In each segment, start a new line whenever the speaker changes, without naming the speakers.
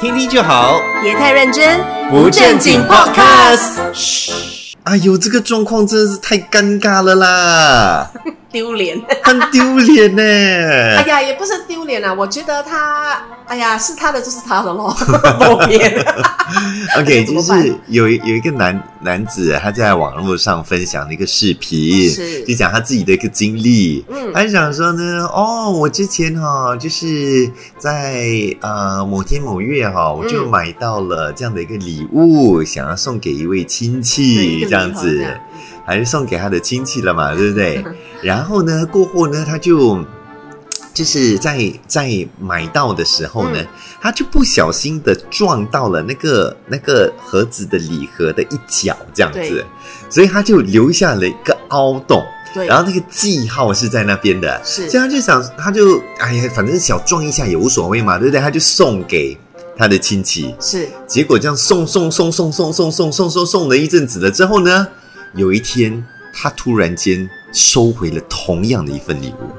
听听就好。
别太认真，
嘘，哎呦，这个状况真的是太尴尬了 啦，
丢 脸。
很丢脸呢、
哎呀，也不是丢脸啊，我觉得他，哎呀，是他的就是他的 咯，某边。
OK，
怎
就
么
是
办
有一有一个男男子，啊他在网络上分享了一个视频，
是
就讲他自己的一个经历。
嗯
他就想说呢，哦，我之前哈、哦，就是在呃某天某月哈、我就
嗯
买到了这样的一个礼物，想要送给一位亲
对一
戚
个
这样
礼盒
子
这样，
还是送给他的亲戚了 嘛，对不对？然后呢，过后呢，他就就是在在买到的时候呢，
嗯
他就不小心的撞到了那个那个盒子的礼盒的一角，这样子
对，
所以他就留下了一个凹洞，
对，
然后那个记号是在那边的，
是
所以他就想，他就哎呀，反正小撞一下也无所谓嘛，对不对？他就送给他的亲戚，
是
结果这样送送送送送送送送送送了一阵子了之后呢，有一天他突然间收回了同样的一份礼物，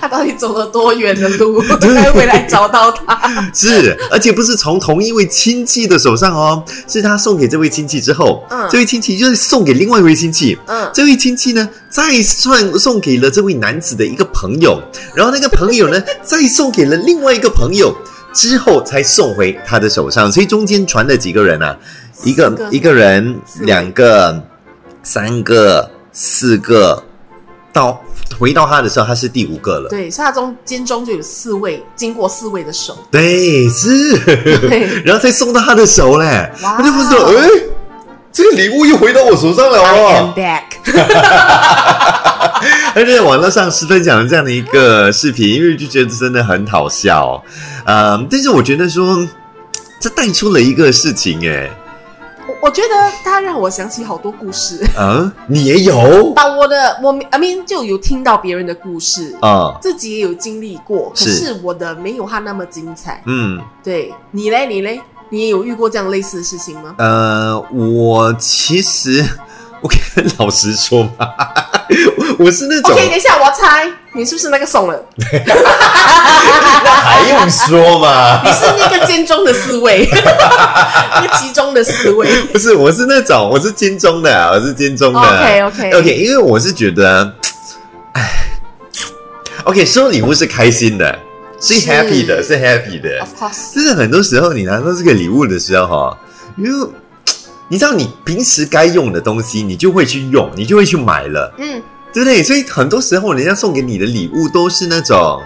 他到底走了多远的 路才回来找到他？
是，而且不是从同一位亲戚的手上哦，是他送给这位亲戚之后，
嗯
这位亲戚就是送给另外一位亲戚。
嗯，
这位亲戚呢，再算送给了这位男子的一个朋友，然后那个朋友呢，再送给了另外一个朋友，之后才送回他的手上，所以中间传了几个人啊，一个
四个
一个人，
四个
两个，三个，四个，到回到他的时候，他是第五个了。
对，所以他中间中就有四位经过四位 的手，
对，是，
对， 啊
然后再送到他的手嘞，
哇
他就不知道，哎，这个礼物又回到我手上了
哎
哦。
back，
而且在网络上是分享了这样的一个视频，因为就觉得真的很好笑，嗯，但是我觉得说嘖这带出了一个事情，哎，
我我觉得他让我想起好多故事，
嗯，你也有
把我的我 I mean 就有听到别人的故事，
啊，
自己也有经历过，可
是
是我的没有他那么精彩。
嗯，
对你嘞，你嘞，你也有遇过这样类似的事情吗？
呃，我其实我跟老实说嘛，我是那种
OK，等一下，我要猜你是不是那个 怂了？
还用说吗？
你是那个间中的四 位，那个其中的四 位。
不是，我是那种我是金钟的啊，我是金钟的。
OK OK
OK，因为我是觉得，哎，OK，收礼物是开心的，是
是哦
happy 的，是 happy 的。
Of course，
就是很多时候你拿到这个礼物的时候，哈，你就你知道你平时该用的东西，你就会去用，你就会去买了，
嗯，
对不对？所以很多时候人家送给你的礼物都是那种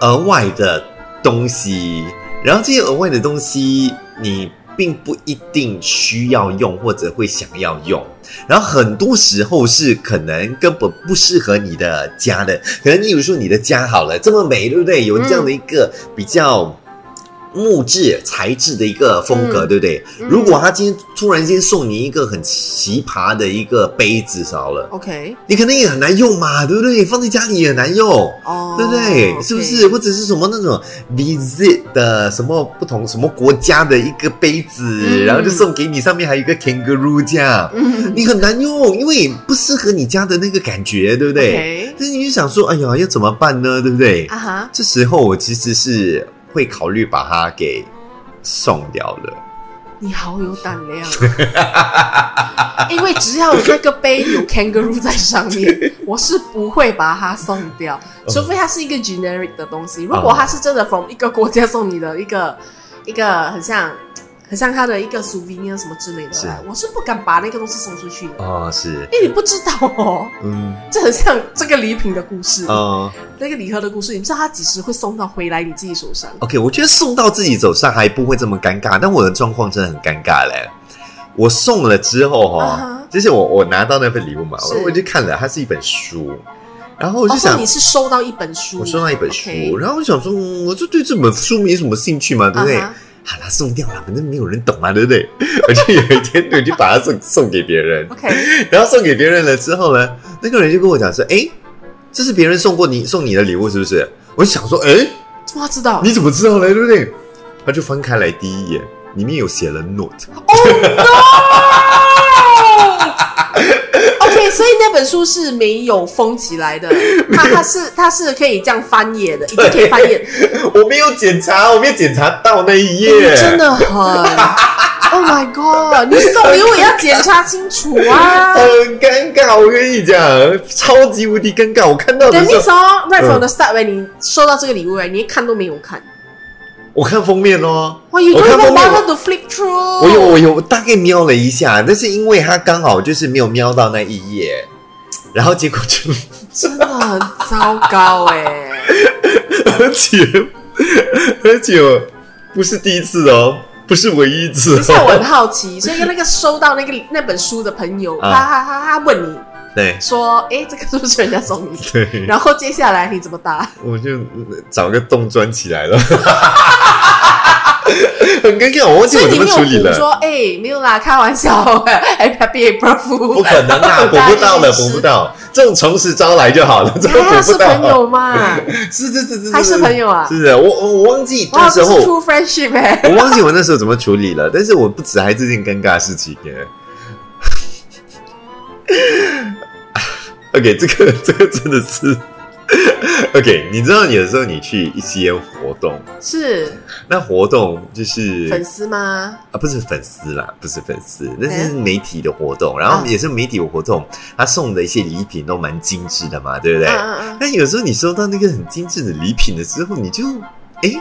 额外的东西，然后这些额外的东西你。并不一定需要用或者会想要用，然后很多时候是可能根本不适合你的家的，可能例如说你的家好了，这么美，对不对？有这样的一个
嗯
比较木质材质的一个风格，
嗯
对不对？
嗯
如果他今天突然间送你一个很奇葩的一个杯子好了，
OK，
你可能也很难用嘛，对不对？放在家里也很难用。
哦，
对不对
OK
是不是？或者是什么那种 visit 的什么不同什么国家的一个杯子，
嗯
然后就送给你，上面还有一个 kangaroo 这样，
嗯，
你很难用，因为不适合你家的那个感觉，对不对
OK
但是你就想说，哎呀，要怎么办呢？对不对？
啊哈，
这时候我其实是会考虑把它给送掉的。
你好有胆量啊， 因为只要有那个杯有 kangaroo 在上面，我是不会把它送掉，
哦
除非它是一个 generic 的东西。如果它是真的 from 一个国家送你的一个一个很像很像它的一个 souvenir 什么之类
是
的，我是不敢把那个东西送出去的。
哦，是，
因为你不知道哦，
嗯，
这很像这个礼品的故事，
哦、
那个礼盒的故事，你不知道它几时会送到回来你自己手上。
o k 我觉得送到自己手上还不会这么尴尬，但我的状况真的很尴尬嘞。我送了之后哈、
啊哈
就是我我拿到那份礼物嘛，
是
我我就看了，它是一本书，然后我
我
就想，
你是收到一本书，
我收到一本书
OK
然后我想说，嗯我就对这本书没什么兴趣嘛，对不对？
啊哈
好啦，送掉了，反正没有人懂嘛，对不 对？我就有一天，我就把它送送给别人，
OK，
然后送给别人了之后呢，那个人就跟我讲说：“哎，这是别人送过你送你的礼物，是不是？”我就想说：“哎，
哇，知道
你 怎么知道嘞？对不对？”他就翻开来第一页，里面有写了 “note”，
，Oh no！OK， OK，所以那本书是没有封起 来的，它它是它是可以这样翻页的，已经可以翻页。
我没有检查，我没有检查到那一页，
你哎真 的很，Oh my God！你送礼物也要检查清楚 啊。
很尴尬。我跟你讲，超级无敌尴尬。我看到的
等
时
于
候，
说，right 哦 from the start，when
嗯
你收到这个礼物，right，你连看都没有看。
我看封面哦，
哇，you
我
don't
看
even
封面
bother to flip through。
我有我有我大概瞄了一下，但是因为他刚好就是没有瞄到那一页，然后结果就，
真的很糟糕哎、
而且而且我不是第一次哦，不是唯一一次、
不是我很
哦。
好奇，所以那个收到那个那本书的朋友，
啊
他他他他问你
对
说，哎、这个是不是人家送你的？
对，
然后接下来你怎么答？
我就嗯找个洞钻起来了， 很尴尬，我忘记
所以
我怎
你
么
没有
处理
补
了。
说，哎、没有啦，开玩笑，Happy 哎 April
不可能 啊，补不到了，补不。到，这种从实招来就好了，这种
哎，他
补
是
不到
朋。友嘛？
是是是是，
还是朋友啊
是的，我我我忘记
哇，
那
这
时
是
候
true friendship 哎、
我忘记我那时候怎么处理了，但是我不止还这件尴尬的事情耶。OK，这个这个真的是 OK。你知道，有时候你去一些活动，
是
那活动就是
粉丝吗？
啊，不是粉丝啦，不是粉丝，那
哎嗯
是媒体的活动，然后也是媒体的活动，他送的一些礼品都蛮精致的嘛，对不对？
嗯嗯嗯，
但有时候你收到那个很精致的礼品的时候，你就哎。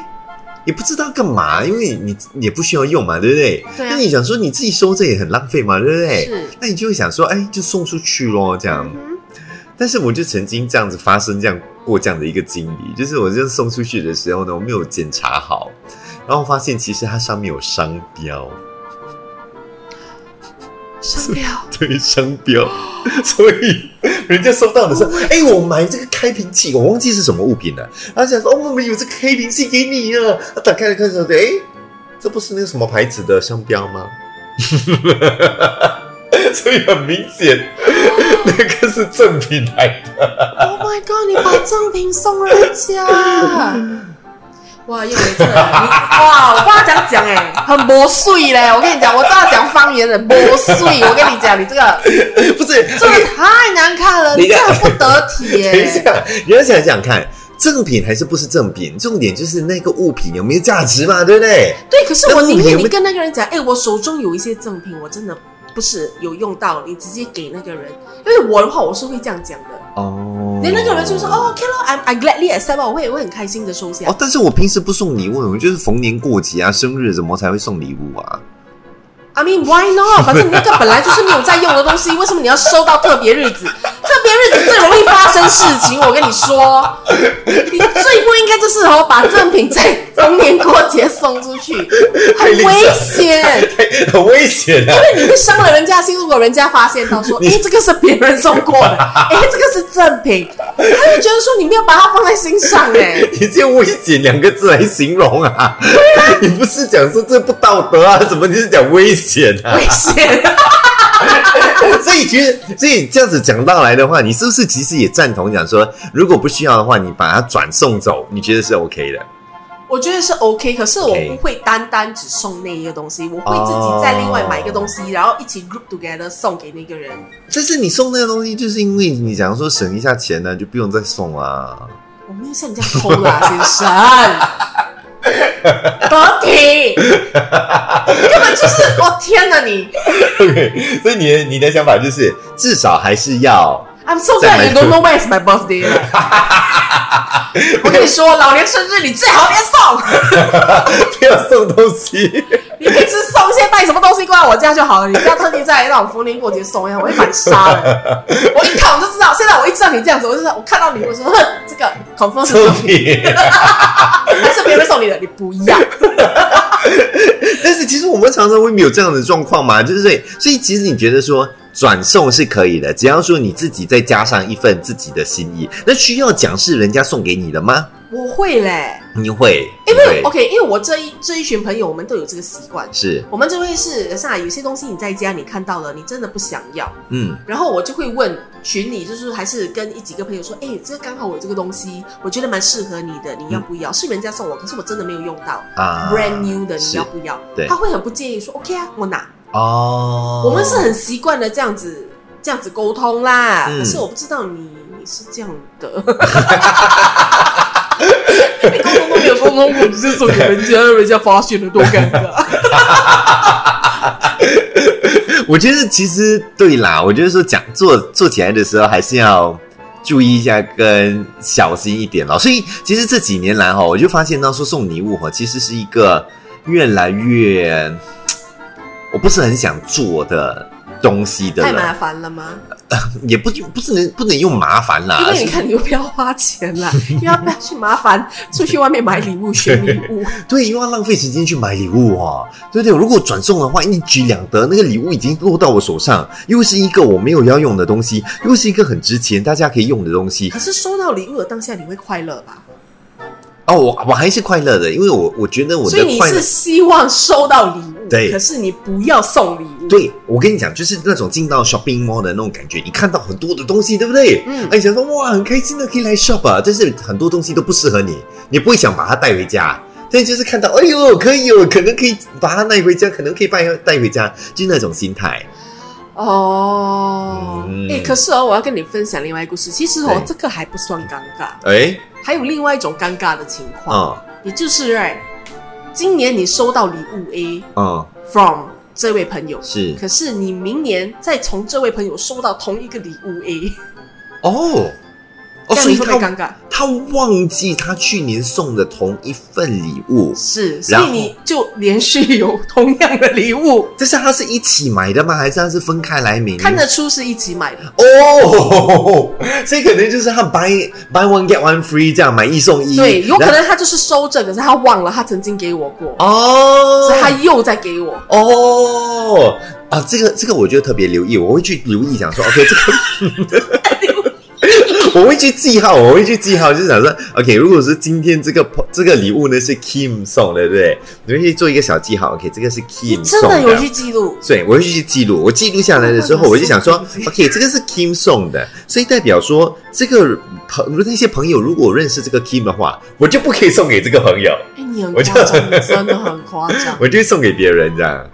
也不知道干嘛，因为你你也不需要用嘛，对不对？
对啊
那你哎想说你自己收这也很浪费嘛，对不对？
是。
那你就会想说，哎，就送出去咯，这样。
嗯
但是我就曾经这样子发生这样过这样的一个经历，就是我就送出去的时候呢，我没有检查好，然后发现其实它上面有商标，
哼商 标，
对商标， 所以人家收到的时候，哎、我买这个开瓶器，我忘记是什么物品了。他想说，哦，我们有这个开瓶器给你啊。他打开了看看，哎、这不是那个什么牌子的商标吗？ 所以很明显，那个是正品来 的。
Oh my god！你把赠品送人家，哇，叶伟真的，你哇，我不知道怎样讲哎、很磨碎嘞。我跟你讲，我都要讲方言了，磨碎。我跟你讲，你这个
不是，
真的太难看了，你
你
这
看
个不得体 耶、
等一下，你要想想看。正品还是不是正品？重点就是那个物品有没有价值嘛，对不对？
对，可是
那
我
物
宁
品有
愿
没
你
有
跟那个人讲，哎、我手中有一些赠品，我真的不是有用到，你直接给那个人。因为我的话，我是会这样讲的。
哦
连那个人就说，哦，OK 咯 i m I gladly accept，我会我会很开心的收下。
哦，但是我平时不送礼物，我就是逢年过节啊、生日什么才会送礼物啊。
I mean why not？反正你那个本来就是没有在用的东西，为什么你要收到特别 日子？特别日子最容易发生事情，我跟你说，你最不应该就是哦，把赠品在逢年过节送出去，很 危
哎
险，
很 危险啊！
因为你会伤了人家心。如果人家发现到说，诶，这个是别人送过的，诶，这个是赠品，他会觉得说你没有把它放在心上、诶。
你这用“危险”两个字来形容 啊？你不是讲说这不道德啊？怎么你是讲危险 啊？
危险。
所以其实，所以这样子讲到来的话，你是不是其实也赞同讲说，如果不需要的话，你把它转送走，你觉得是 OK 的？
我觉得是 OK，可是我
OK
不会单单只送那一个东西，我会自己再另外买一个东西，然后一起 group together 送给那个人。
但是你送那个东西，就是因为你想说省一下钱呢、就不用再送啊。
我没有像你这样抠啦，先生，得体，根本就是我、天哪你
OK，所以你的你的想法就是，至少还是要
！I'm so glad you don't know when is my birthday 我跟你说，老年生日你最好别送，
不要送东西。
你平时送一些带什么东西过来我家就好了，你不要特地在那种逢年过节送呀，我会把你杀了。我一看我就知道，现在我一知道你这样子，我就知道我看到你，我就说哼，这个 confirm 是
赠品。
还是别人送你的，你不要。
但是其实我们常常会没有这样的状况嘛，就是所以所以其实你觉得说转送是可以的，只要说你自己再加上一份自己的心意，那需要讲是人家送给你的吗？
我会嘞，
你会，
因
你
为
会
OK，因为我这一这一群朋友，我们都有这个习惯，
是，
哎我们就会是像有些东西你在家你看到了，你真的不想要，
嗯，
然后我就会问群里，就是还是跟一几个朋友说，哎、这个刚好我有这个东西，我觉得蛮适合你的，你要不要？是人家送我，可是我真的没有用到。
啊
brand new 的，你
是
要不要？
对
他会很不介意说 OK 啊，我拿。
哦，
我们是很习惯的这样子这样子沟通啦。
嗯
可是我不知道你你是这样的， 你沟通都没有沟通过，你是送给人家，让人家发现了多 尴尬。
我觉得其实对啦，我觉得说讲做做起来的时候还是要注意一下跟小心一点咯。所以其实这几年来哈，我就发现到说送礼物哈，其实是一个越来越呃我不是很想做的东西的
太麻
了，
烦了吗？
也不不是能不能用麻烦啦
因，为
啊是
你看，你又不要花 钱啦，又要不要去麻烦出去外面买礼物、选礼物，
对，因为要浪费时间去买礼物哦，对不对？如果转送的话，一举两得，那个礼物已经落到我手上，又是一个我没有要用的东西，又是一个很值钱大家可以用的东西
可。是收到礼物的当下你会快乐吧？
哦，我我还是快乐的，因为我我觉得我
所以
的
你
快乐
是。希望收到礼物，
对
可是你不要送礼物，，
对，我跟你讲，就是那种进到 shopping mall 的那种感觉，你看到很多的东西，对不对？
嗯
哎，你想说哇，很开心的可以来 shop 啊，但是很多东西都不适合你，你不会想把它带回家。但就是看到，哎呦，可以哦，可能可以把它带回家，可能可以把它带回家，就那种心态。
哦，哎、
嗯
可是哦，我要跟你分享另外一个故事。其实哦
对，
这个还不算尴尬，
哎，
还有另外一种尴尬的情况，
哦，
也就是 right，今年你收到礼物 A
哦，
from 这位朋友，
是
可是你明年再从这位朋友收到同一个礼物 A，、
哦，哦，
这
所以
样你会不会
他
尴尬？
他忘记他去年送的同一份礼物，
是，所
然
以
后嗯
你就连续有同样的礼物，
但是他是一起买的吗？还是他是分开来买？
看得出是一起买的。
哦， 所以可能就是他 buy buy one get one free 这样买一送一，
对，有可
然
能他就是收着，可是他忘了他曾经给我过，
后嗯哦，
所以他又在给我。
哦啊，这个这个我就特别留意，我会去留意，想说 OK 这个， 我会去记号，我会去记号，就是想说 OK，如果是今天这个这个礼物呢是 Kim 送的，对不对？你会去做一个小记号，OK，这个是
你
Kim
真
送
的有去记录？
对，我会去记录。我记录下来的时候，我就想 说，OK，这个是 Kim 送的，所以代表说，这个朋那些朋友如果认识这个 Kim 的话，我就不可以送给这个朋友，
哎、你很
我就
夸张，你真的很夸 张。
我就会送给别人这样。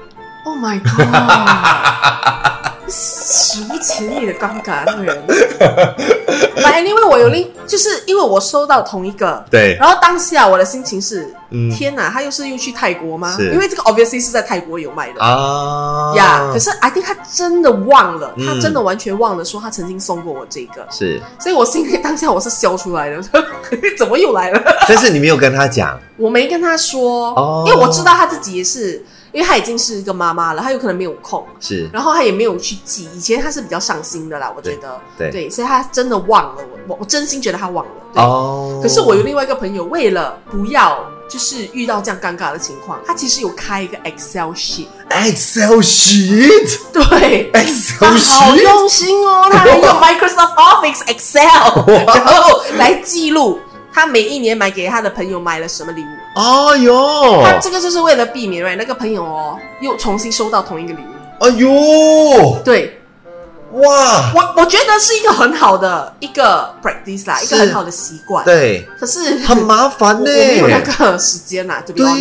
Oh my god！史无前例的尴尬，那个 人。反正因为我有另，就是因为我收到同一个，
对，
然后当下我的心情是：
嗯
天哪，他又是又去泰国吗？
是
因为这个 obviously 是在泰国有卖的。
啊，
呀可是 I think 他真的忘了，
嗯
他真的完全忘了说他曾经送过我这个，
是，
所以我心里当下我是笑出来的， 我说怎么又来了？
但是你没有跟他讲，
我没跟他说，
哦
因为我知道他自己也是，因为他已经是一个妈妈了，他有可能没有空，
是
然后他也没有去记。以前他是比较上心的啦，我觉得，
对对
所以他真的忘了我，我我真心觉得他忘了。对，
哦。
可是我有另外一个朋友，为了不要就是遇到这样尴尬的情况，他其实有开一个 Excel sheet，
Excel sheet，Excel
对，他好
sheet，
用心哦，他还用 Microsoft Office Excel，然后来记录他每一年买给他的朋友买了什么礼物。
哎呦，
他这个就是为了避免 right 那个朋友哦又重新收到同一个礼物。
哎呦，
对
哇，
我，我觉得是一个很好的一个 practice 啦，
是
一个很好的习惯。
对，
可是
很麻烦
我我
呢、
没有那个时间啦，对不对？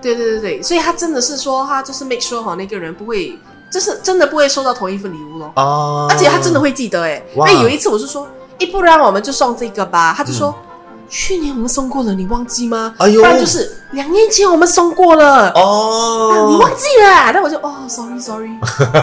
对。
对对对对，所以他真的是说，他就是 make sure 哈那个人不会，就是真的不会收到同一份礼物咯。
哦，
而且他真的会记得哎、
哇嗯
那有一次我就说，哎、不然我们就送这个吧。他就说，去年我们送过了，你忘记吗？
哎呦
不然就是两年前我们送过了。啊
哦，
你忘记了？那我就哦 ，sorry sorry，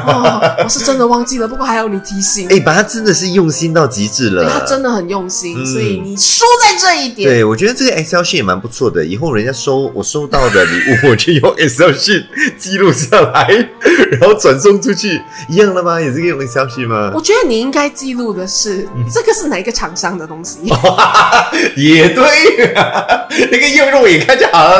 哦，我是真的忘记了，不过还好你提醒。
哎、把他真的是用心到极致
对
了，
他真的很用心，
嗯
所以你输在这一点。
对，我觉得这个 Excel sheet 也蛮不错的。以后人家收我收到的礼物， 我就用 Excel sheet 记录下来， 然后转送出去，一样的吗？也是可以用 Excel sheet 吗
我？觉得你应该记录的是、
嗯
这个是哪一个厂商的东西，
哦 也对， 那个用肉眼看就好了